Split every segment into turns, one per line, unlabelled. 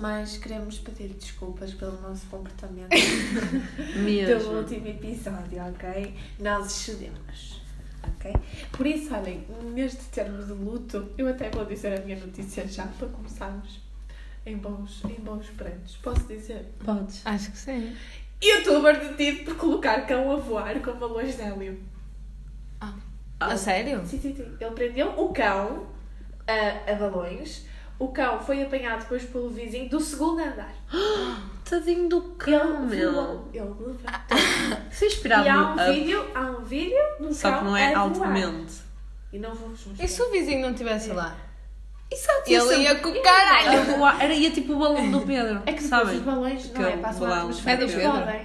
Mas queremos pedir desculpas pelo nosso comportamento pelo
Mesmo.
último episódio, ok? Nós excedemos, ok? Por isso, olhem, neste termo de luto, eu até vou dizer a minha notícia já para começarmos em bons, em bons prantos. Posso dizer?
Podes.
Acho que sim.
Youtuber detido por colocar cão a voar com balões de hélio.
Ah,
A sério?
Sim, sim, sim. Ele prendeu o cão a, a balões. O cão foi apanhado depois pelo vizinho do segundo andar.
Tadinho do cão,
ele
Oh, meu.
voou. Ele levantou. E
Se
há
inspirava
um
no up,
vídeo, há um vídeo do
só
cão
que não é
a voar.
altamente.
E não vou-vos mostrar.
E se o vizinho não estivesse lá?
Isso
Ele
um
ia com o caralho.
a voar. Era ia tipo o balão do Pedro.
É que sabem,
sabem?
os balões não
que
é
o
para a sua
balão-
atmosfera.
É do Pedro.
Explodem.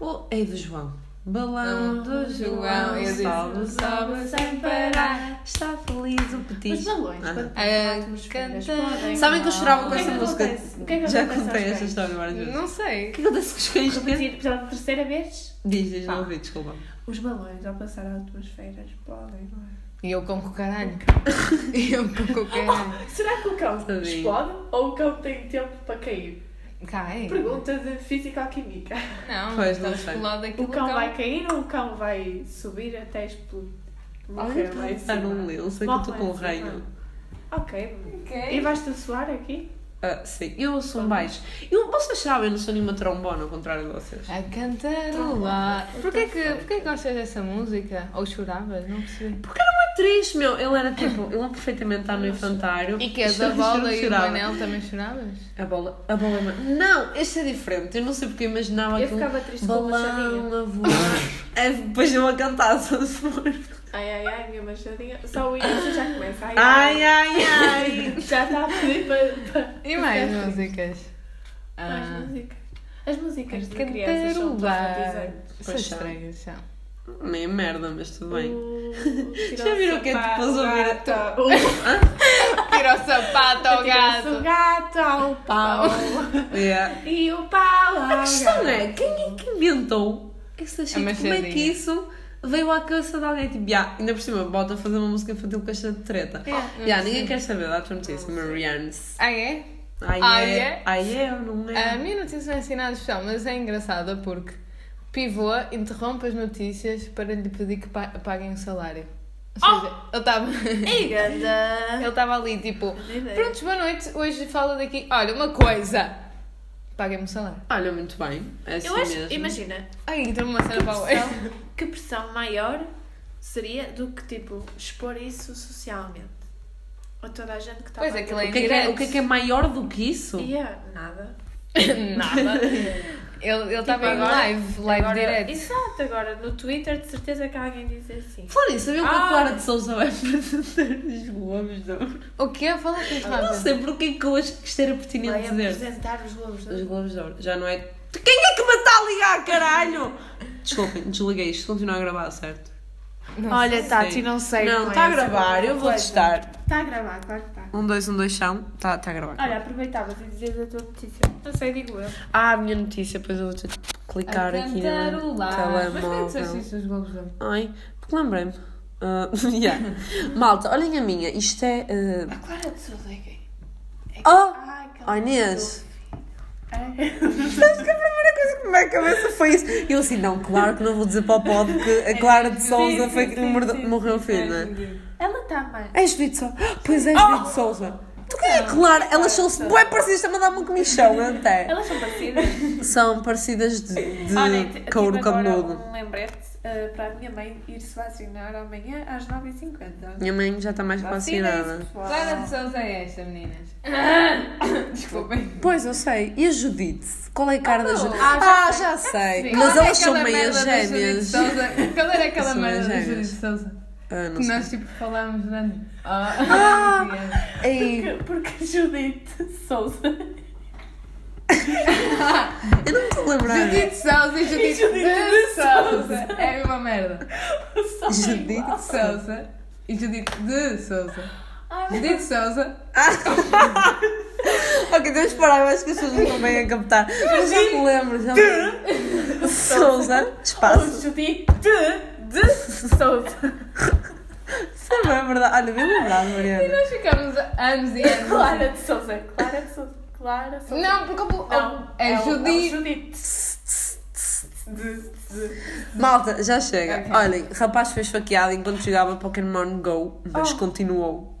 Oh, é do João. Balão
Ah,
do
do
João,
João, eu disse.
sobe, sobe sem parar. Está feliz o
Os
petisco.
balões,
Ah.
quando
Ah,
passam a atmosfera,
canta-
explodem.
Sabem que eu chorava com
O que é
essa
que
música.
acontece? O que é que
Já
acontece
contei
aos
esta
cães?
história várias vezes.
Não
O
sei.
que acontece com os cães?
Repetir pela terceira vez,
Diz, diz,
Pá.
não ouvi, desculpa.
os balões ao passar a atmosfera explodem, não é?
E eu com o caralho. E eu com o caralho.
Será que o cão
Tadinho.
explode ou o cão tem tempo para cair?
Cai.
Pergunta de física alquímica.
Não,
Pois,
está
não sei.
colado aqui
O
do
cão vai cair ou o cão vai subir até explodir?
Olha,
Morrer lá em
está
cima.
num eu sei que eu estou
Morre
com um o
lá em
reino.
cima. Ok. E
Ok.
vais-te suar aqui?
Ah, sim, eu sou
Uhum.
um baixo. Eu, vocês sabem, eu não sou nenhuma trombona, ao contrário de vocês.
A cantarolar. Porquê que, porquê que gostas dessa música? Ou choravas? Não percebi.
Triste, Ah, meu, ele era tipo, ele é perfeitamente está no infantário.
E que és
Isto
a bola
eu
e o
chorava.
Manel também choravas?
A bola, a bola é ma- Não, este é diferente. Eu não sei porque eu imaginava
Eu
aquilo.
ficava triste com a machadinha.
Balão a voar. é, depois não a cantar, só se for.
Ai, ai, ai, minha machadinha. Só o início já começa. Ai,
Ai, ai, ai.
Já está a pedir para, para
E mais músicas?
as
Ah,
músicas. As músicas de crianças
um
são
Cantarolar.
traumatizantes.
São
Pois são.
estranhas, são.
Nem é merda, mas tudo
Uh.
bem.
O-
Já viram o que é que
tirar
depois
o
ouvir a-
sapato ao gato?
Tira o sapato ao
Atira-se o
gato.
gato ao pau.
Yeah.
e o pau ao
Ah,
A questão
gato.
é, quem é que inventou essa
A
shit? Como é que
machadinha.
isso veio à cabeça de alguém? Tipo, yeah, ainda por cima, bota a fazer uma música infantil com esta de treta.
É.
Yeah, ninguém quer saber, dá-te uma notícia, Marianne's.
Ah, é?
Ai,
Ah,
é?
é?
Ai, é ou não
A
é?
minha notícia não é assim nada especial, mas é engraçada porque Pivô interrompe as notícias para lhe pedir que pa- paguem o salário. Ou seja, ele estava.
Ei, ganda.
ele estava ali tipo.
É
Prontos, boa noite. Hoje fala daqui. Olha, uma coisa. Paguem-me o salário.
Olha, muito bem. É assim
Eu acho,
mesmo.
imagina,
Ai, entrou-me uma cena
que
para o olho.
pressão, que pressão maior seria do que, tipo, expor isso socialmente? A toda a gente que está
Pois,
lá
aquilo
O que, é que é, o que é que é maior do que isso?
dentro. Yeah, nada.
Nada. Ele estava
Tipo,
em
agora-
live, live
Agora-
direto.
Exato, agora no Twitter de certeza que alguém diz assim.
Falar nisso, sabiam que a
Ah.
Clara de Souza vai apresentar Lisboa, mas não.
O que é? Fala com a
Ah,
Não
Rafa.
sei porque é que eu acho que isto era
Vai
pertinente dizer.
apresentar os lobos
Os
da
Globos de Ouro. Já não é. Quem é que me está a ligar, caralho? Desculpem, desliguei isto. Continua a gravar, certo?
Não
Olha,
Sim.
Tati, não sei.
não,
é
está a
essa
gravar,
coisa.
eu vou testar.
Está Tá a gravar, claro que está.
Um, dois, um, dois, chão. Está tá a gravar.
Olha, aproveitavas e dizias a tua notícia. Não sei, digo eu.
Ah, a minha notícia, depois eu vou ter que clicar aqui no
cantarolar. Mas como é que disseste
telemóvel.
isso dos Globos de Ouro?
Ai, porque lembrei-me. Ah, yeah. Malta, olhem a minha, isto é. ah,
A Clara de Souza é gay.
Oh!
Ai, que
Oh, Inês!
Ai.
Sabes que a primeira coisa que me veio à cabeça foi isso. E eu assim, não, claro que não vou dizer para o pod que a Clara de Souza foi que lhe mordeu- morreu o filho, não é?
Ela tá está mais.
És Vitor Souza. Pois és oh! Vitor Souza. Tu quem é Clara? Elas são bué parecidas, também dá-me um comichão até.
Elas são parecidas.
São parecidas de, de
Olha, t-
couro
tive agora
cabeludo.
um lembrete eh, para a minha mãe ir se vacinar amanhã às 9h50.
Minha mãe já está mais
Vacinem-se,
vacinada.
pessoal.
Clara de Souza é esta, meninas. Desculpem.
Pois, eu sei. E a Judite? Qual é a cara da
não.
Judite?
Ah,
Ah,
já
já sei.
Sim.
Mas
Qual era
elas são
aquela
meias
merda da Judite
gêmeas.
Souza? Qual era aquela
São meias
merda da Judite
gêmeas.
Souza?
Ah, não
Que
sei.
nós tipo falámos Ah. durante. Ah!
Ei,
Porque, porque Judite Souza.
eu não me estou a lembrar.
Judite Souza e Judite
Judite
de
de
Souza. É a mesma merda.
Judite
Judite Souza e Judite de Souza.
Ai, mas-
Judite Souza.
Ok, temos que parar, eu acho que as pessoas não estão bem a captar. Mas já me lembro, já me lembro. Souza, espaço.
Judite de Souza.
Sabe, é verdade. Olha, bem lembrado, Mariana.
Nós ficámos anos e anos.
Clara de Souza. Clara de Souza. Clara, Sofia.
Não, porque eu vou-
Não,
é
ela-
Judite.
ela- Judite. De- de-
Malta, já chega.
Ok.
Olhem, rapaz foi esfaqueado enquanto jogava Pokémon Go, mas
Oh.
continuou.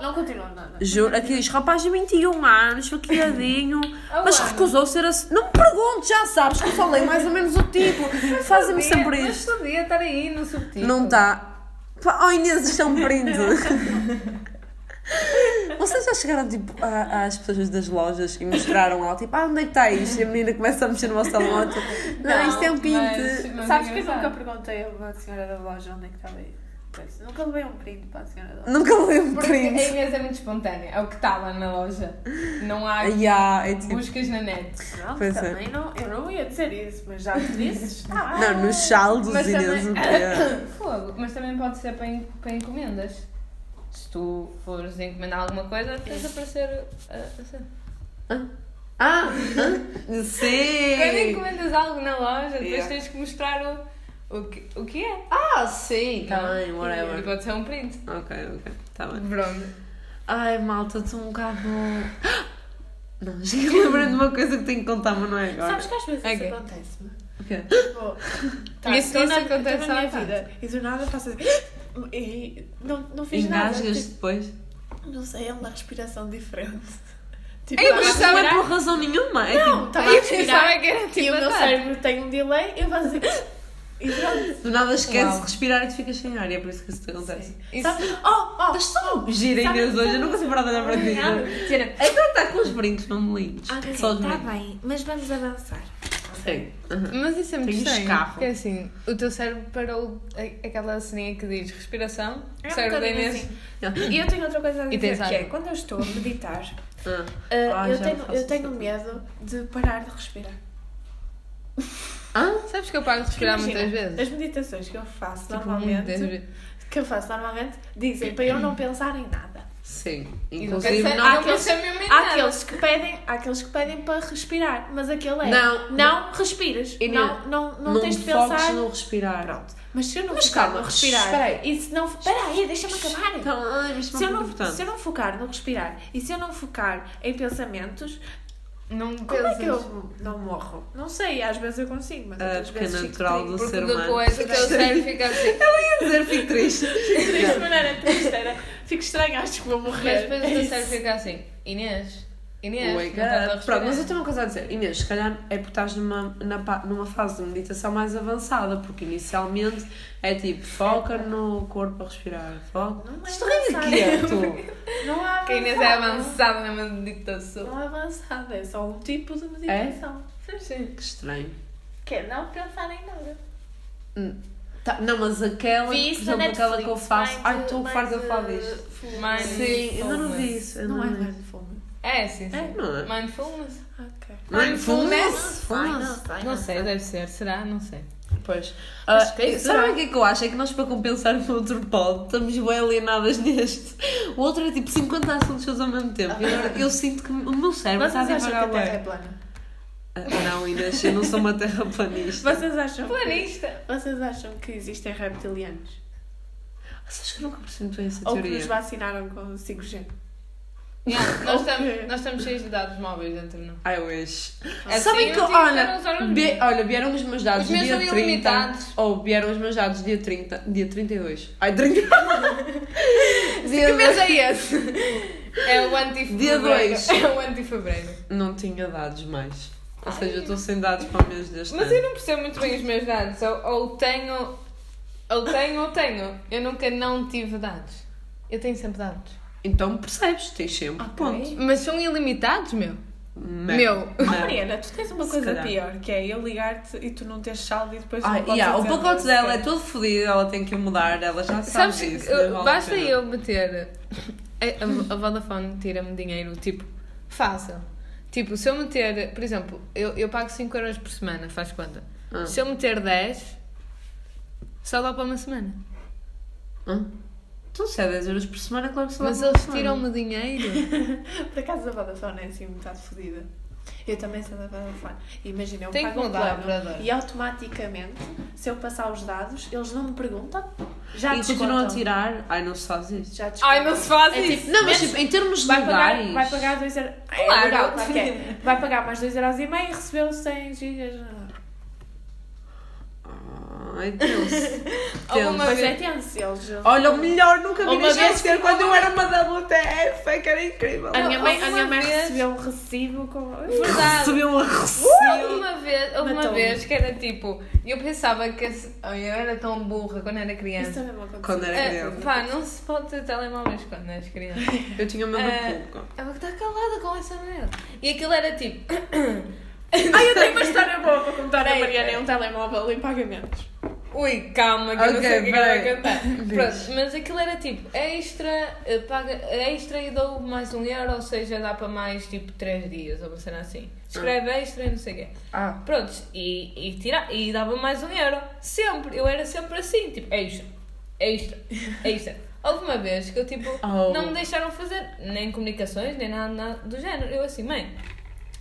Não continua, não, não.
Juro, aqui diz, rapaz de 21 anos, esfaqueadinho,
Oh,
mas
Ana.
recusou ser assim. Não me pergunte, já sabes que eu falei mais ou menos o tipo. Fazem-me
Podia,
sempre
mas
isto.
podia estar aí no subtítulo.
Não tá, está. Oh Inês, isto é um brinde. Vocês já chegaram tipo, a- às pessoas das lojas e mostraram lá, tipo, ah, onde é que está isto? E a menina começa a mexer no vosso celular. Tipo, não,
Não,
isto é um pinte.
mas- mas
Sabes que eu
engraçado.
nunca perguntei a uma senhora da loja onde é que estava aí? Pois, Nunca levei um print para a senhora da loja.
Nunca levei um
Porque a
print.
Inês é muito espontânea. É o que está lá na loja. Não há
Yeah, é tipo,
buscas na net.
Não,
Pois é.
também não, eu não ia dizer isso, mas já Tá te disse, está lá.
não, nos saldos,
Mas
Inês,
também-
o que é?
Fogo. Mas também pode ser para, en- para encomendas. Se tu fores encomendar alguma coisa, tens de aparecer. ah, assim.
Ah, hã?
Quando
sim.
encomendas algo na loja, depois
É. Yeah.
tens que mostrar o, o, que, o que é.
Ah, sim, tá
Não.
bem,
E
whatever.
pode ser um print.
Ok, ok, tá bem.
Pronto.
Ai, malta, estou um bocado. Não, já lembrei de uma coisa que tenho que contar, mas não é agora.
Sabes que às vezes
Ok.
isso acontece-me?
O quê?
Tipo, tá,
Isso-
tô
isso
na-
acontece
tô na minha
à
vida e do nada faço assim. E não, não fiz nada.
Engasgas
tipo,
depois?
não sei, é uma respiração diferente. Tipo,
Ei,
eu
mas
acho
isso não é
que-
por razão nenhuma. É
Não,
tipo,
estava a
Eu pensava
respirar
que era
e
tipo.
o meu
tá.
cérebro tem um delay, eu faço assim. E pronto.
do nada esqueces
Uau.
de respirar e tu ficas sem ar e é por isso que isso te acontece.
Sim.
Isso- um
Sabe? Oh, oh!
Estás tão gira,
Sabe-
Inês, hoje. Eu nunca sei parar de olhar para ti.
Obrigada.
Agora está com os brincos, não me lindes.
Ok,
Só os
tá
brincos.
bem, mas vamos avançar.
Sim. Uhum.
Mas isso é muito
Tenho
estranho.
escarro.
Porque assim, o teu cérebro parou a- aquela ceninha que diz respiração,
É um
o cérebro da
bocadinho
Inês.
assim. E eu tenho outra coisa a
E
dizer,
tens
que
água.
é quando eu estou a meditar,
Ah.
eh,
Ah,
eu,
já
tenho,
faço
eu
isso
tenho
também.
medo de parar de respirar.
Ah?
Sabes que eu paro de
Porque
respirar
imagina,
muitas vezes?
As meditações que eu faço
Tipo, muitas
normalmente,
vezes.
que eu faço normalmente, dizem para eu não pensar em nada.
Sim.
E
Inclusive,
nunca sei-
não.
há
não
aqueles-
pensei mesmo em
Há
nada.
aqueles que pedem, há aqueles que pedem para respirar, mas aquele é
Não.
não respiras,
E
não, não, não,
não
tens de
te foques
pensar.
no respirar.
Pronto. Mas se eu não
Mas
focar
calma,
no respirar,
espera aí.
e se não. Espera aí, deixa-me acabar.
Então, ai, mas
se, eu não,
importante.
se eu não focar no respirar e se eu não focar em pensamentos,
Não
como é que
pensas.
eu não morro? Não sei, às vezes eu consigo, mas
Ah,
outras
porque é
vezes fico
natural do
triste.
ser
Porque
humano.
depois o teu cérebro fica assim.
Quer dizer, fico triste.
Triste, mas não era triste, era. Fico estranho, acho que vou
Mas
morrer. É
depois o teu cérebro fica assim. Inês, Inês,
Wake
não estás a
up. Oh Pronto, mas eu
respirar.
tenho uma coisa a dizer. Inês, se calhar é porque estás numa, na pa- numa fase de meditação mais avançada, porque inicialmente é tipo, foca no corpo a respirar, foca.
Não é
Estás rindo
avançado.
quieto.
Não há
Que a Inês é avançada na meditação.
Não é avançado, é só um tipo de meditação.
Sim.
que estranho.
Que é não pensar em nada.
Tá- não, mas aquela,
Vi
por
isso na
exemplo, aquela que eu
Netflix,
faço.
mais,
Ai, estou
mais,
farta de falar
eh,
disto.
Mais-
Sim, ainda não vi isso. ainda
Não é
vi.
mindfulness.
É, sim,
É,
sim.
não é?
Mindfulness?
Ok.
Mindfulness?
Mindfulness.
Não sei, deve ser. Será? Não sei.
Pois.
Mas
Ah,
que isso
sabe
não.
o que é que eu acho? É que nós, para compensar o outro pod, estamos bem alienadas neste. O outro é tipo 50 assuntos todos ao mesmo tempo. E agora eu sinto que o meu cérebro tá
Vocês
está a
acham que
devagar
a Terra
bem.
é plana?
Ah, não, Inês, eu não sou uma terraplanista.
Vocês acham, que,
Planista!
vocês acham que existem reptilianos?
Sabes que eu nunca percebi muito bem essa
Ou que nos
teoria.
vacinaram com 5G?
Yeah, nós,
Ok.
estamos, nós estamos cheios de dados móveis dentro de nós.
Ai, hoje.
Assim,
Ah. Sabem que,
eu tive que estar
olha,
a usar os
vi-
meus.
olha, vieram os meus dados
Os meus
dia
são
30.
ilimitados.
Ou vieram os meus dados dia 30. Dia 32. Ai, 30.
Que
dia
mês é esse? É o anti-fevereiro.
Dia dois.
É o anti-fevereiro.
Não tinha dados mais. Ou seja, eu estou sem dados para o mês deste
Mas
ano.
eu não percebo muito bem os meus dados. Ou, ou tenho. Ou tenho ou tenho. Eu nunca não tive dados. Eu tenho sempre dados.
Então percebes, tens sempre
Ok.
ponto.
Mas são ilimitados, meu.
Não.
Meu.
Não.
Oh, Mariana, tu tens uma
Se
coisa
calhar.
pior, que é eu ligar-te e tu não teres saldo e depois
Ah,
não podes
yeah, o
dizer
pacote
nada.
dela é todo fodido, ela tem que o mudar, ela já sabe
Sabes é
disso.
que
não
eu-
vale a
basta
pena.
eu meter. eh, A, a- a Vodafone tira-me dinheiro, tipo, fácil. Tipo, se eu meter, por exemplo, eu, eu pago 5 euros por semana, faz conta.
Ah.
Se eu meter 10, só dá para uma semana.
Hã? Então se é 10 euros por semana, claro que se dá
Mas
uma
eles
semana.
tiram-me dinheiro.
Por acaso a Vodafone é assim um bocado fodida. Eu também sou da Vodafone. Imagina, eu
Tem que
pago um
mudar o
plano
operador.
e automaticamente, se eu passar os dados, eles não me perguntam. Já
e
descontam.
continuam a tirar. Ai, não se faz isso.
Já descontam.
Ai, não se faz
É
isso.
tipo,
Não, mas
metes-
tipo, em termos de
Vai pagar,
lugares.
vai pagar 2 euros. É
Claro.
legal, claro que é. Vai pagar mais 2 euros e meio e recebeu 100 gigas.
Ai, Deus.
Alguma-
Mas
Deus.
é tenso, eles...
Olha, o melhor, nunca vi
Uma
ninguém
vez
esquecer quando eu era uma WTF, é que era incrível.
A minha mãe, a minha mãe
Alguma vez-
recebeu um recibo com...
Verdade.
Recebeu uma
Alguma vez, alguma
Matou-me.
vez que era tipo, eu pensava que esse- ai, eu era tão burra quando era
Isso
criança.
também me aconteceu.
Quando era
É,
criança.
pá, não se pode ter telemóveis quando és criança.
Eu tinha o meu no
É.
público.
Ela está calada com essa merda. E aquilo era tipo.
Ai, eu tenho uma história boa para contar a
Peraí,
Mariana é
peraí.
um telemóvel em pagamentos.
Ui, calma, que eu não
Ok,
sei o que é que ela vai
vai.
cantar.
Diz.
Pronto, mas aquilo era tipo extra, eh, paga, extra e dou mais um euro, ou seja, dá para mais tipo 3 dias, ou uma cena assim. Escreve extra e não sei o quê.
Ah.
Pronto, e, e, tira, e dava mais um euro. Sempre, eu era sempre assim, tipo, extra, extra, extra. Houve uma vez que eu tipo,
Oh.
não me deixaram fazer nem comunicações, nem nada, nada do género. Eu assim, mãe,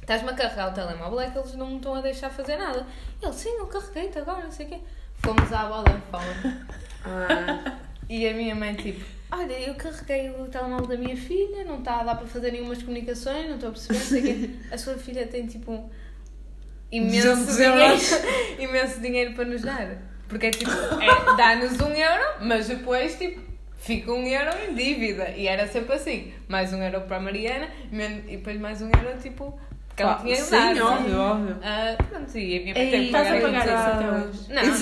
estás-me a carregar o telemóvel, é que eles não me estão a deixar fazer nada. Ele, sim, eu carreguei-te agora, não sei o quê. Fomos à Vodafone.
Ah.
E a minha mãe, tipo, olha, eu carreguei o telemóvel da minha filha, não está a dar para fazer nenhumas comunicações, não estou a perceber, não sei o quê. A sua filha tem, tipo, um imenso
200
dinheiro,
euros.
imenso dinheiro para nos dar. Porque é tipo, é, dá-nos um euro, mas depois, tipo, fica um euro em dívida. E era sempre assim, mais um euro para a Mariana, men- e depois mais um euro, tipo, que ela
Pá,
tinha
Ah, Sim,
dado.
óbvio, óbvio.
Ah, pronto, e a minha mãe
Ei,
teve que
É estás
pagar
a pagar isso
isso.
até hoje.
Não.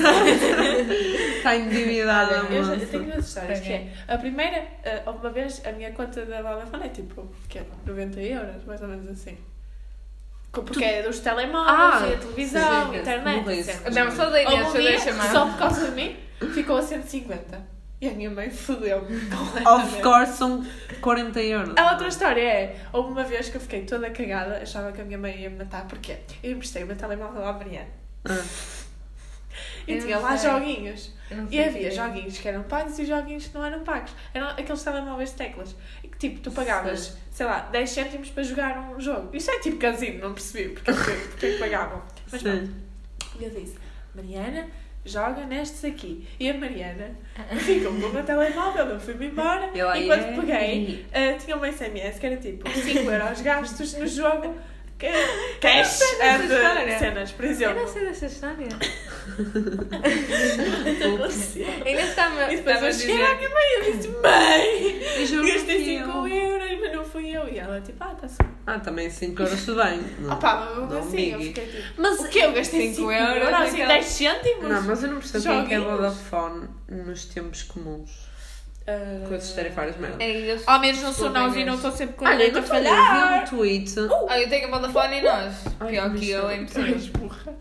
Está Tá endividada,
Eu, já,
moça.
eu tenho duas histórias,
Para
que é, a primeira, eh, houve uma vez, a minha conta da Vodafone é tipo, que é 90 euros, mais ou menos assim. Co- Porque é dos telemóveis,
Ah,
e a televisão,
sim,
internet,
burrice.
etc.
Não, só da Inês,
Houve um
deixa
dia,
eu chamar.
só por causa de mim, ficou a 150. E a minha mãe fodeu-me
Of
completamente.
course, são 40 euros.
A outra história é, houve uma vez que eu fiquei toda cagada, achava que a minha mãe ia me matar, porque eu emprestei o meu telemóvel à Mariana.
Ah.
E
Eu
tinha
não
lá
sei.
joguinhos.
Eu não
E
sei o que
havia
é.
joguinhos que eram pagos e joguinhos que não eram pagos. Eram aqueles telemóveis de teclas. E que tipo, tu pagavas, sei lá, 10 cêntimos para jogar um jogo. Isto é tipo casino, não percebi porque, porque, porque é que pagavam. Mas pronto.
Sim.
E eu disse, Mariana, joga nestes aqui. E a Mariana ficou com o meu telemóvel, eu fui-me embora.
Eu aí,
e quando
é.
peguei, ah, tinha uma SMS que era tipo 5 euros gastos no jogo. que- Cash
Eu não sei dessa
and
história.
cenas, por
Eu
exemplo.
não sei dessa história.
E
Ainda está-me a
depois
estava a
eu cheguei à
dizer.
minha mãe e eu disse, mãe,
E juro
gastei
que eu-
5 euros, mas não fui eu. E ela tipo, ah, está só.
Ah, também 5 euros se bem. Não.
Ah pá, mas
Não
assim, eu
me
fiquei tipo...
Mas
O quê? Eu gastei
Cinco
5
euros
euros? Assim,
naquela-
10 cêntimos?
Não, mas eu não percebo quem é que é
Joguinhos.
Vodafone nos tempos comuns.
Ah,
Com esses tarifários merda.
Ei, É, eu...
Ao menos não sou
Desculpem,
nós e
mas-
não estou sempre com
Olha, eu
ele a
não falei, vi um
falhar.
tweet.
Ah, eu tenho a Vodafone e nós.
Ai,
Pior que eu, é
Tu és
impossível.
burra.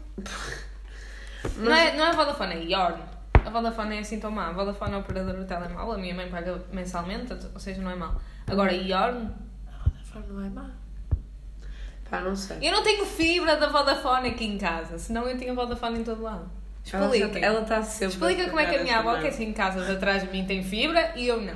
Não é, não é Vodafone, é Yorn. A Vodafone é assim tão má. A Vodafone é operadora do telemóvel. A minha mãe paga mensalmente, ou seja, não é mal. Agora, Yorn.
Vodafone não é má.
Pá, não sei.
Eu não tenho fibra da Vodafone aqui em casa, senão eu tinha Vodafone em todo lado. Explica.
Ela está sempre.
Explica como é que a minha avó, que é
assim.
assim em casa, atrás de mim tem fibra e eu não.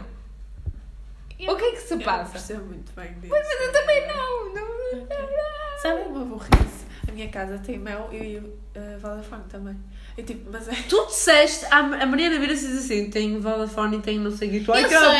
Eu-
O que é que se
Eu não
passa?
percebo muito bem disso.
Pois, mas eu também não. não, não, não.
Sabe uma burrice? A minha casa tem mel e uh, Vodafone também. Eu tipo, mas é...
Tu disseste, a, a Mariana vira-se e diz assim: tenho Vodafone e tenho não sei o que. Tu, ai, que burra.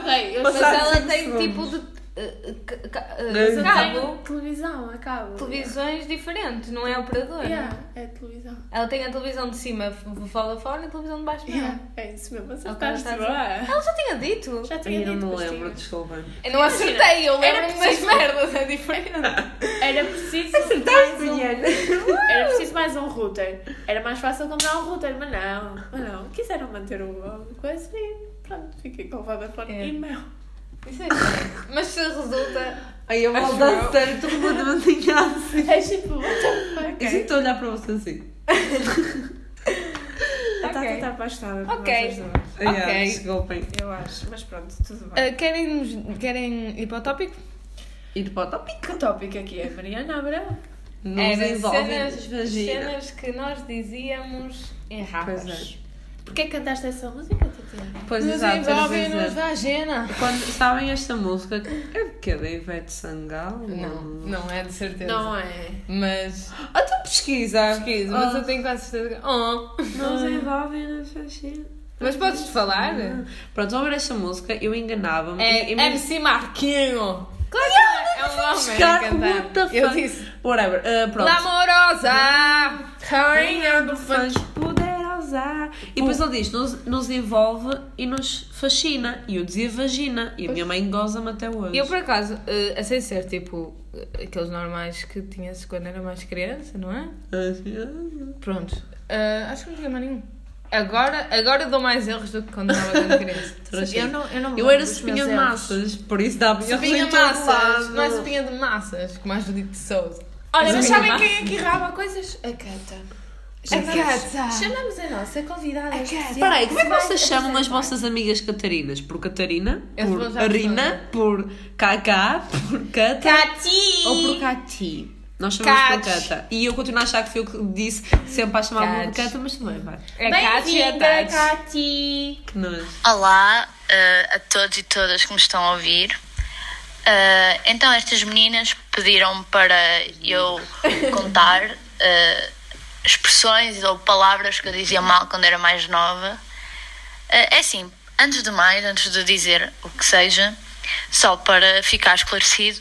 sei,
eu
Mas
Passar
ela
cinco
tem tipo
segundos. É
de. eh, ca- ca- eh,
Mas eu
cabo,
televisão, acabo.
televisões diferentes, não é operadora.
Yeah, é televisão.
Ela tem a televisão de cima Vodafone e a televisão de baixo
Yeah,
não.
é isso mesmo.
Ela
Acertaste
está a
bem.
Ela já tinha dito.
Já
Ai,
tinha
eu
dito.
não me
mas
lembro,
tinha.
desculpa.
Eu não acertei, eu
Era
lembro-me das
preciso-
merdas, é diferente.
Era preciso.
Acertaste,
mais um-
Mariana.
Era preciso mais um router. Era mais fácil comprar um router, mas não. Mas não. Quiseram manter o o coisa e pronto, fiquei com o Vodafone
É.
e mel.
Isso é estranho. Mas se resulta.
Aí eu
Acho
vou
eu.
dançar, estou completamente em casa.
É tipo, what the fuck?
Eu sinto a olhar para você assim.
Eu estava tá a
Ok.
tentar pastar.
Ok.
Yeah, Desculpem.
Eu acho, mas pronto, tudo bem.
Ah, querem, nos- querem ir para o tópico?
Ir para o tópico.
Uh, Que tópico aqui é Mariana Abrão?
Nos
Era
envolvem,
É, cenas,
vagina.
cenas que nós dizíamos erradas.
Pois é.
Porquê cantaste essa música, Tatiana?
Pois
é. nos
exato, era
envolvem
dizer.
nos vagina.
Quando sabem esta música, é de que é da Ivete Sangal?
Não, não é de certeza.
Não é.
Mas.
Ah, tu pesquisa.
Pesquisa, mas
Ah.
eu tenho quase certeza. que- Oh!
Não se envolvem nas faxinas.
Mas podes falar?
Pronto, ao ouvir esta música, eu enganava-me.
É
e- e me-
MC Marquinho. Claro que é um homem a
Cara, what the
cantar.
fuck?
Eu disse.
Whatever. Uh, pronto.
Namorosa, rainha do funk.
fãs poderosa. E depois ele diz, nos, nos envolve e nos fascina. E eu dizia vagina. E a minha mãe goza-me até hoje.
E eu, por acaso, eh, a sem ser tipo eh, aqueles normais que tinhas quando era mais criança, não é?
Ah,
Pronto. Eh, acho que não tinha mais nenhum. Agora, agora dou mais erros do que quando estava quando criança.
Eu não, eu não me
Eu
lembro
era
dos
espinha
meus
de
erros.
massas, por isso dava erros
Espinha
em todo
massas,
lado.
não é espinha de massas, como a Judite de Souza.
Olha, mas
Espinha
sabem
massa.
quem é que raba coisas? A Cata. Chamamos- Chamamos a nossa convidada. especial.
Espera aí, como é que
Vai
vocês chamam as
apresentar.
vossas amigas Catarinas? Por Catarina,
Eu vou
por
já
Arina, por KK, por Cata
Cati!
ou por Cati? Nós chamamos por
Cati.
Cata. E eu continuo a achar que foi o que disse sempre a chamar de
Cati.
Cata, mas tudo bem, vai.
É Cati e a
Bem-vinda,
Tati.
Cati.
Que nós.
Olá eh, a todos e todas que me estão a ouvir. Eh, então, estas meninas pediram para eu contar eh, expressões ou palavras que eu dizia mal quando era mais nova. Eh, é assim, antes de mais, antes de dizer o que seja, só para ficar esclarecido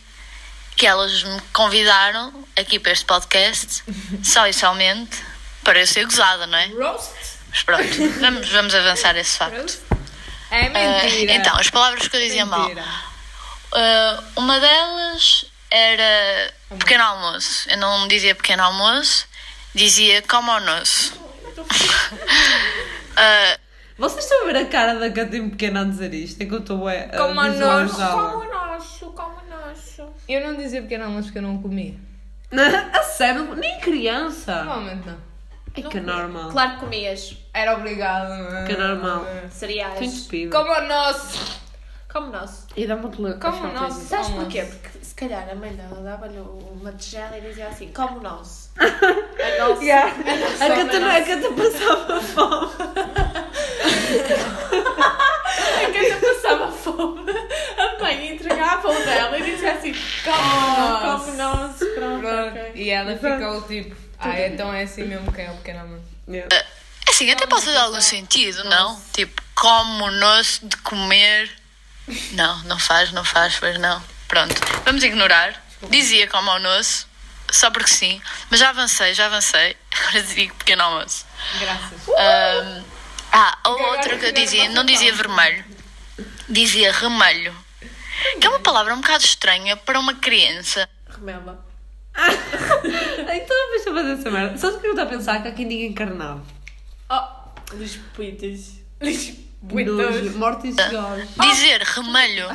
que elas me convidaram aqui para este podcast, só e somente, para eu ser gozada, não é?
Roast?
Mas pronto, vamos, vamos avançar esse facto.
É
Ah,
mentira.
então, as palavras que eu dizia mal.
Mentira.
Ah, uma delas era pequeno almoço. Eu não dizia pequeno almoço, dizia como almoço. Ah,
Vocês estão a ver a cara da Cata em pequena a dizer isto? É que eu estou a
Como a
Como
visualizá-la.
o nosso, como o nosso.
É
Eu não dizia pequeno almoço porque eu não comia.
A sério, nem criança.
Normalmente não.
É que é normal.
Claro que comias
Era obrigado, não é?
Que é normal. Estou
cereais.
entupida.
Como o nosso.
Como o nosso.
E dá uma cla-
Como
falta
nós.
de-
Sabes
Como
porquê?
nosso.
Porque se calhar a mãe dela dava-lhe uma tigela e dizia assim, como o nosso. A nossa.
Yeah. A
Só
Cata,
para
a Cata passava fome.
A Cata passava fome. A mãe entregava o dela e dizia assim,
Ah,
como, como o nosso. Pronto,
Pronto.
ok.
E ela ficou tipo. Ah, então é assim mesmo que é o pequeno almoço.
assim, até pode fazer algum sentido, não? Tipo, como nosso de comer. Não, não faz, não faz, pois não. Pronto, vamos ignorar. Dizia como almoço, só porque sim. Mas já avancei, já avancei. Agora digo pequeno almoço.
Graças.
Ahm, ah, a
agora
outra que eu
fizeram
dizia,
uma
não dizia vermelho, dizia remelho. Que é uma palavra um bocado estranha para uma criança.
Remela.
Então deixa eu fazer essa merda. Sabes o que eu estou a pensar? Que há quem diga encarnado.
Oh, Luís Puitas. Luís
Nos
Puitas.
mortos e jovens.
Dizer remelho,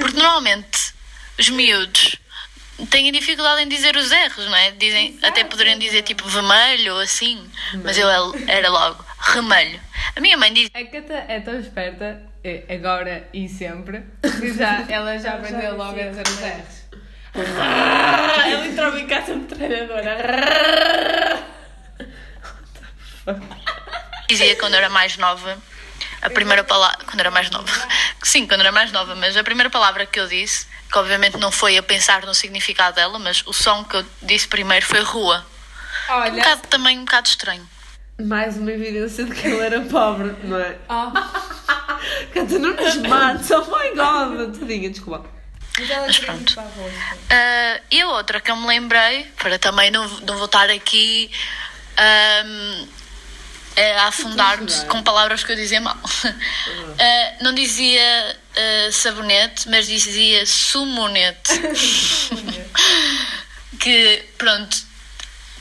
porque normalmente os miúdos têm dificuldade em dizer os erros, não é? Dizem, até poderiam dizer tipo vermelho ou assim, mas eu era logo remelho. A minha mãe diz
A Cata é tão esperta, eh, agora e sempre, que já, ela já aprendeu logo a dizer os erros.
Ah, ela entrava em casa metralhadora.
dizia quando era mais nova, a primeira palavra. Quando era mais nova. Sim, quando era mais nova, mas a primeira palavra que eu disse, que obviamente não foi a pensar no significado dela, mas o som que eu disse primeiro foi rua. Um
Olha,
bocado também um bocado estranho.
Mais uma evidência de que ele era pobre, não é?
oh,
Cata, não nos mates. Oh my god. Tudinha, desculpa.
mas ela
Mas
queria
pronto.
para a rosto.
Ah, e a outra que eu me lembrei, para também não, não voltar aqui ahm, é a afundar-me
é?
com palavras que eu dizia mal.
Uhum.
Ah, não dizia ah, sabonete, mas dizia sumonete. que, pronto,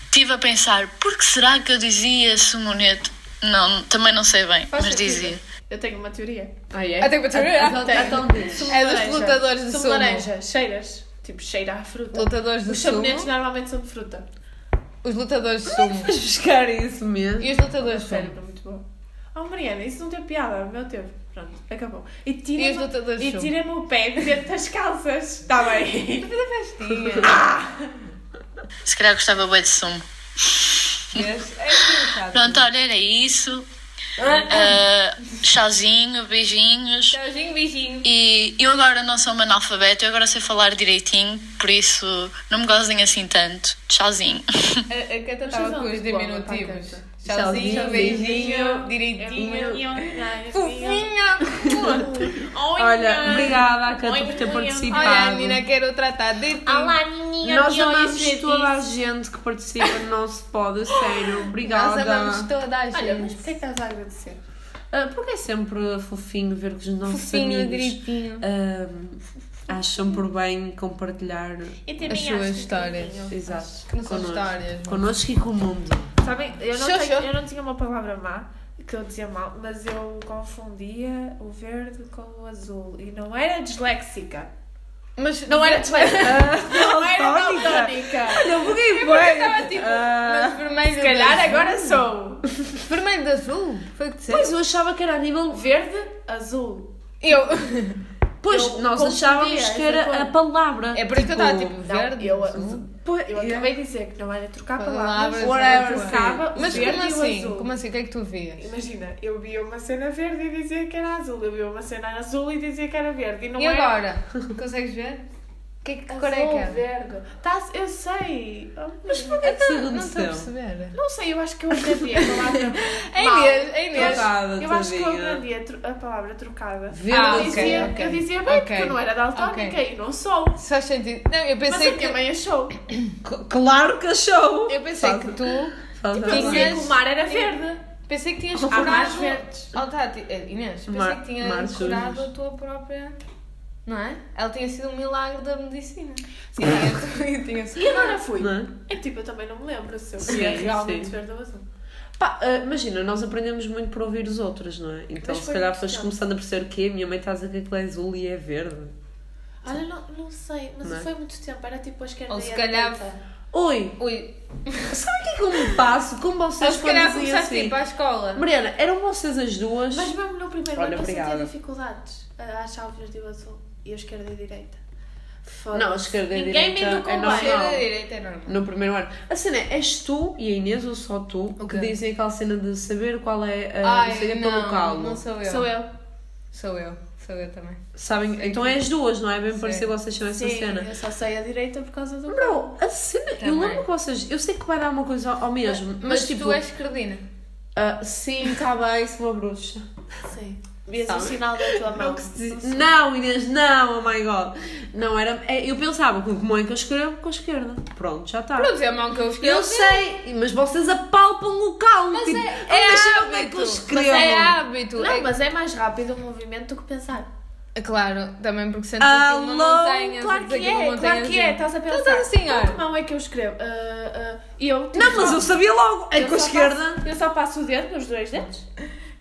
estive a pensar, por que será que eu dizia sumonete? Não, também não sei bem,
Faz
mas
sentido.
dizia.
Eu tenho uma teoria.
Ah,
Eu tenho que
Então,
te
então diz. Sumo
É
de
dos
laranja.
lutadores de
Sumo
sumo.
laranja, cheiras. Tipo, cheira à fruta.
Lutadores de
Os sabonetes
sumo.
normalmente são de fruta.
Os lutadores de sumo.
Mas buscar isso mesmo.
E os lutadores de sumo.
Cérebro, é muito bom. Oh, Mariana, isso não tem piada. O meu teve. Pronto, acabou. E
E os
tira-me
lutadores de
e
sumo.
tira-me o pé de dentro das calças. Está bem.
Fazer festinha.
Se calhar gostava bem de sumo.
Vês? É engraçado.
tá.
Pronto, olha, era isso.
Ah,
Ah, tchauzinho, beijinhos.
Tchauzinho, beijinho.
E eu agora não sou uma analfabeta, eu agora sei falar direitinho, por isso não me gozem assim tanto. Tchauzinho.
A, a Cata estava
Mas
com os
não, diploma,
diminutivos.
tá, Cata.
Tchauzinho,
Tchauzinho,
beijinho,
Fofinho.
direitinho.
Fofinho.
Fofinha! Oi,
Olha,
minha.
obrigada, Cata, por ter
Olha,
participado.
Olha, a menina quero tratar tá de ti.
Olá, menina.
Nós
me olhas
amamos
feliz.
toda a gente que participa no nosso pod, a sério.
Nós
Obrigada.
amamos toda a
Olha, mas
gente.
porquê é que estás a agradecer?
Ah, porque é sempre fofinho ver que os nossos
Fofinho,
amigos
direitinho.
ah, acham por bem compartilhar
E também
As suas
acho que
histórias.
tenho.
exato,
Não são histórias. mano.
connosco e com o mundo.
Sabem, eu não,
Xoxo.
tenho- eu não tinha uma palavra má que eu dizia mal, mas eu confundia o verde com o azul e não era disléxica.
Mas
Não era disléxica, não era
Daltónica.
daltónica.
Não, buguei
Estava tipo, mas vermelho
Ah. Se calhar
de azul.
agora sou.
Vermelho de azul? Foi o que disseste?
Pois eu achava que era a nível.
Verde, azul.
Eu.
Pois
Eu
nós
confundia
achávamos
essa
que era
cor.
a palavra.
É por isso que eu estava tipo
Não,
verde.
eu,
azul.
pois, eu
eu-
acabei de dizer que não era trocar palavras.
Palavras, não,
Whatever,
tu-
acaba, o
Mas
verde
como
e o
assim?
azul.
Como assim? O que é que tu vias?
Imagina, eu via uma cena verde e dizia que era azul. Eu via uma cena azul e dizia que era verde. E não
E
era
agora? é? Consegues ver? Que, que cor é que
azul,
é?
verde. Tá, eu sei. Mas por
que isso
Não estou a
aconteceu?
perceber.
Não sei, eu acho que eu aprendi a palavra.
É
mal.
Inês, é
Eu
Inês.
Coitada,
acho, eu acho que eu
tadinha.
aprendi a, tro- a palavra trocada.
Verde,
Ah,
eu,
ok,
dizia,
ok.
eu dizia bem
Ok.
porque eu não era daltónica
Ok.
e não sou.
Faz sentido. Não, eu
Mas a
pensei que.
minha mãe achou.
C- Claro que achou!
Eu pensei que tu.
Faz-
Eu
faz-
dizia que
Tinhas-
o mar era verde.
Pensei que tinhas
Há mais
curado.
verdes.
Oh, Tati, eh, Inês, pensei
Mar-
que tinha
Marcos.
curado a tua própria. Não é? Ela tinha sido um milagre da medicina. Sim, eu tinha sido.
E agora fui.
Não é?
É tipo, eu também não me lembro se eu
Sim,
via realmente
sim.
verde ou azul.
Pá, ah, imagina, nós aprendemos muito por ouvir os outros, não é? Então,
Mas
se
foi
calhar
muito
foste
chato.
começando a perceber que a minha mãe está a dizer que aquilo é azul e é verde.
Olha, não, não sei, mas
Não é?
foi muito tempo, era tipo a esquerda
Ou
e
se
a
calhar-
direita.
Oi,
Ui,
sabe o que é que eu me passo? Como
ou
vocês
se
quando
calhar
diziam
começaste a
assim?
ir para a escola.
Mariana, eram vocês as duas?
Mas mesmo no primeiro
Olha,
ano eu sentia
obrigada.
dificuldades a achar o verde e o azul e a esquerda e a direita. Foda-se.
Não, a esquerda e a
Ninguém
direita
me educou
é
bem.
normal.
Cheira da direita é normal.
No primeiro ano. A cena é, és tu e a Inês, ou só tu,
O
que
quê?
dizem aquela cena de saber qual é a
Ai,
saída
não,
pelo calo.
não sou eu.
Sou eu.
Sou eu, sou eu também.
Sabem? então é as duas, não é? Bem
Sim.
parecido vocês tinham essa
Sim,
cena.
eu só sei a direita por causa do.
Bro, a cena. Eu
Também.
lembro que vocês. Eu sei que vai dar uma coisa ao ao mesmo, mas,
Mas
tipo.
tu és credina.
ah, sim, está bem, sou uma bruxa.
Sim. Vias o
Sabe?
sinal da tua mão.
Não, Inês, não, oh my god. Não era. é, Eu pensava que como é que eu escrevo com a esquerda. Pronto, já está.
Pronto, é a mão que eu escolhi.
Eu sei, mas vocês apalpam o calo.
Mas
tipo,
é,
"Ai, deixa eu
é
ver como é que
hábito.
eu
Mas
escrevo.
é hábito.
Não,
é-
mas é mais rápido o movimento do que pensar.
Claro, também porque sentes aquilo
Alô,
uma montanha.
Claro
sentes
que
aquilo uma
é, claro
montanha
que é.
assim.
Estás a
Então,
pensar.
estás assim,
com que
olha.
mão é que eu escrevo? Ah, ah, e eu. tipo,
Não, mas
só-
eu sabia logo. É com a
só
esquerda.
passo- eu só passo o dedo nos dois dedos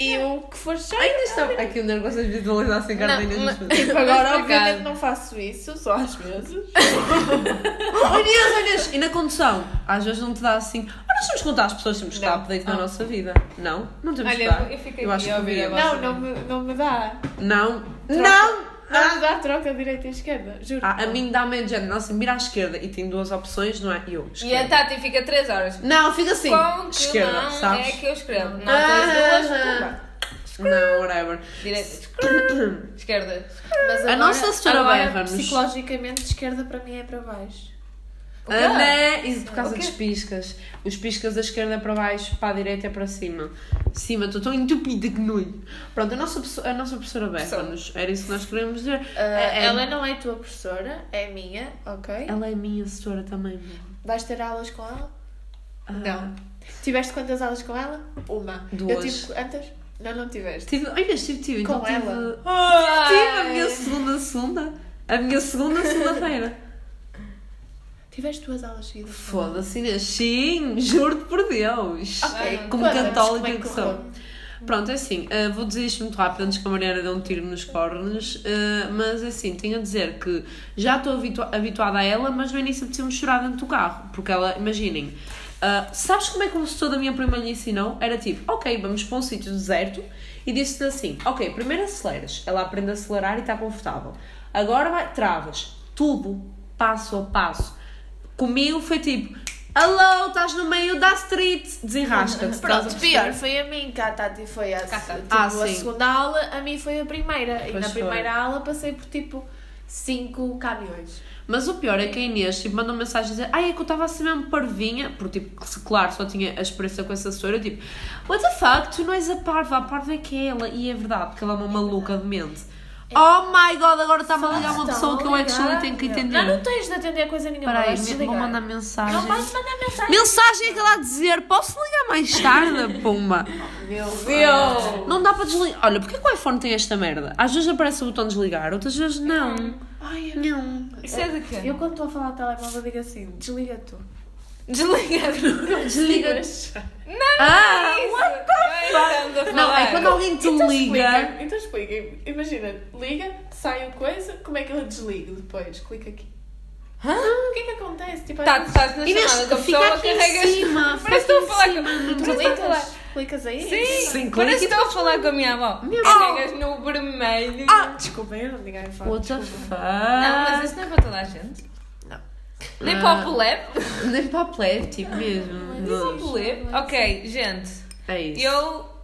e o que for cheio.
Ainda está. Aqui o negócio de visualizar sem
Não,
carteiras.
mas-
Tipo,
Mas
agora
por
obviamente
acaso.
não faço isso, só às vezes.
Oh, Inês, oh, Inês. E na condução? Às vezes não te dá assim. Ora, nós temos que contar às pessoas, temos que dar
Não.
update na
Ah.
nossa vida. Não? Não temos
Olha,
que dar.
eu- eu fico aqui a ouvir
devia.
a voz.
Não, não me, não me dá.
Não.
Troca. Ah,
Não!
Não me dá troca direita e esquerda, juro.
Ah, a mim dá-me de género. Nossa, mira à esquerda e tem duas opções, não é? E eu.
E a
Esquerda.
Tati fica 3 horas.
Não, fica assim.
Com que
esquerda,
mão
sabes?
é que eu escrevo? Não,
Ah,
tens duas, tu-
Não, whatever.
Direita. Esquerda.
Mas
A nossa senhora
agora,
berra-nos.
Psicologicamente, de esquerda para mim é para baixo.
O quê?
Ana, isso por causa
O quê?
dos piscas. Os piscas da esquerda é para baixo, para a direita é para cima. Cima, estou tão entupida que nojo. Pronto, a nossa, perso- a nossa professora berra-nos. Era isso que nós queríamos dizer. É- é-
Ah, ela não é tua professora, é minha, ok?
ela é minha assessora também. mano.
Vais ter aulas com ela?
Ah,
Não.
Tiveste quantas aulas com ela? Uma. Eu
Duas.
tive quantas? Não, não tiveste.
Tive, olha, estive, tive. Então
Com
tive,
ela.
Ai. tive a minha
Ai.
segunda segunda. A minha segunda segunda-feira.
Tiveste duas aulas seguidas.
Foda-se, Inês. Sim, juro-te por Deus.
Ok,
Como
conta-nos
católica
como é
que
correu.
sou. Pronto, é assim, ah, vou dizer isto muito rápido antes que a Mariana dê um tiro nos cornos, ah, mas assim, tenho a dizer que já estou habitua- habituada a ela, mas no início me chorar dentro do carro, porque ela, imaginem, ah, sabes como é que o professor da minha prima lhe ensinou? Era tipo, ok, vamos para um sítio deserto e disse-lhe assim, ok, primeiro aceleras, ela aprende a acelerar e está confortável, agora vai, travas, tudo, passo a passo. Comigo foi tipo, alô, estás no meio da street, desenrasca-te. estás a
Pronto,
perceber?
pior foi a mim, cá a Tati foi a,
Cá a Tati.
tipo,
Ah,
a
sim.
segunda aula, a mim foi a primeira. e
Pois
na
foi.
primeira aula passei por tipo cinco caminhões.
Mas o pior é que a Inês tipo, mandou mensagem a dizer Ai, é que eu estava assim mesmo parvinha Porque, tipo, se- claro, só tinha a experiência com essa senhora eu, Tipo, what the fuck, tu não és a parva A parva é que é ela E é verdade, porque ela é uma maluca de mente Oh my god, agora está-me a
é
ligar uma pessoa Que eu actually tenho que entender
Ah, Não, não tens de atender a coisa nenhuma.
Espera aí,
vais
me- vou
desligar.
mandar mensagem
Não vais mandar mensagem.
Mensagem que ela dizer Posso ligar mais tarde, pumba
Meu
Deus!
Não dá para desligar Olha, porquê que o iPhone tem esta merda? Às vezes aparece o botão desligar, outras vezes não
Ai, eu-
Não
Isso é de quê?
eu quando estou a falar de telemóvel digo assim, desliga tu.
Desliga.
Desliga
Não
Ah,
é isso. Não é isso que estamos a
não, é
falar.
quando alguém te liga
Explica-me, Então explica-me. Imagina, liga, sai o coisa, como é que eu desligo depois? Clica aqui.
Hã?
O que é que acontece? Tipo,
Tá,
às
tu
vezes-
estás na
Inês,
chamada com a
fica
pessoa,
aqui em
carregas-
cima,
Parece que
fica
estou
em
a falar com...
cima, não
Parece que estou a falar...
Clicas, clicas aí?
Sim,
Sim,
parece que
clica.
estou a falar com a minha avó.
Meu
Carregas no vermelho.
Ah, desculpa, eu não digo iPhone.
What the
desculpa.
fuck?
Não, mas isso não é para toda a gente.
Não.
Nem
Ah.
para o Pulep.
Nem para a plebe, tipo mesmo.
Nem para o Pulep. Ok, gente.
É isso.
Eu...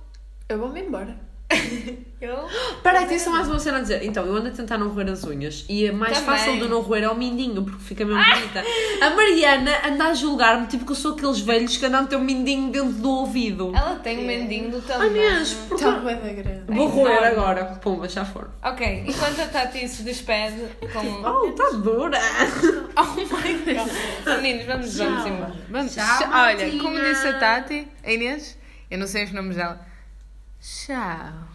Eu vou-me embora.
Eu...
Espera aí, tem só mais uma cena a dizer. Então, eu ando a tentar não roer as unhas e é mais
Também.
fácil de eu não roer é o mindinho, porque fica mesmo bonita. A Mariana anda a julgar-me, tipo que eu sou aqueles velhos que andam a meter o mindinho dentro do ouvido.
Ela tem um mendinho do
Ai,
tamanho.
Inês, porque...
Está bué da Tá, é grande.
Vou roer
Enorme.
agora. Pumba, já foram.
Ok, enquanto a Tati se despede com...
Oh, está dura.
Oh my god. Meninos, vamos, vamos
Tchau.
embora. Vamos.
Tchau,
Tchau, Olha,
maltinha.
como disse a Tati, a Inês, eu não sei os nomes dela. Tchau.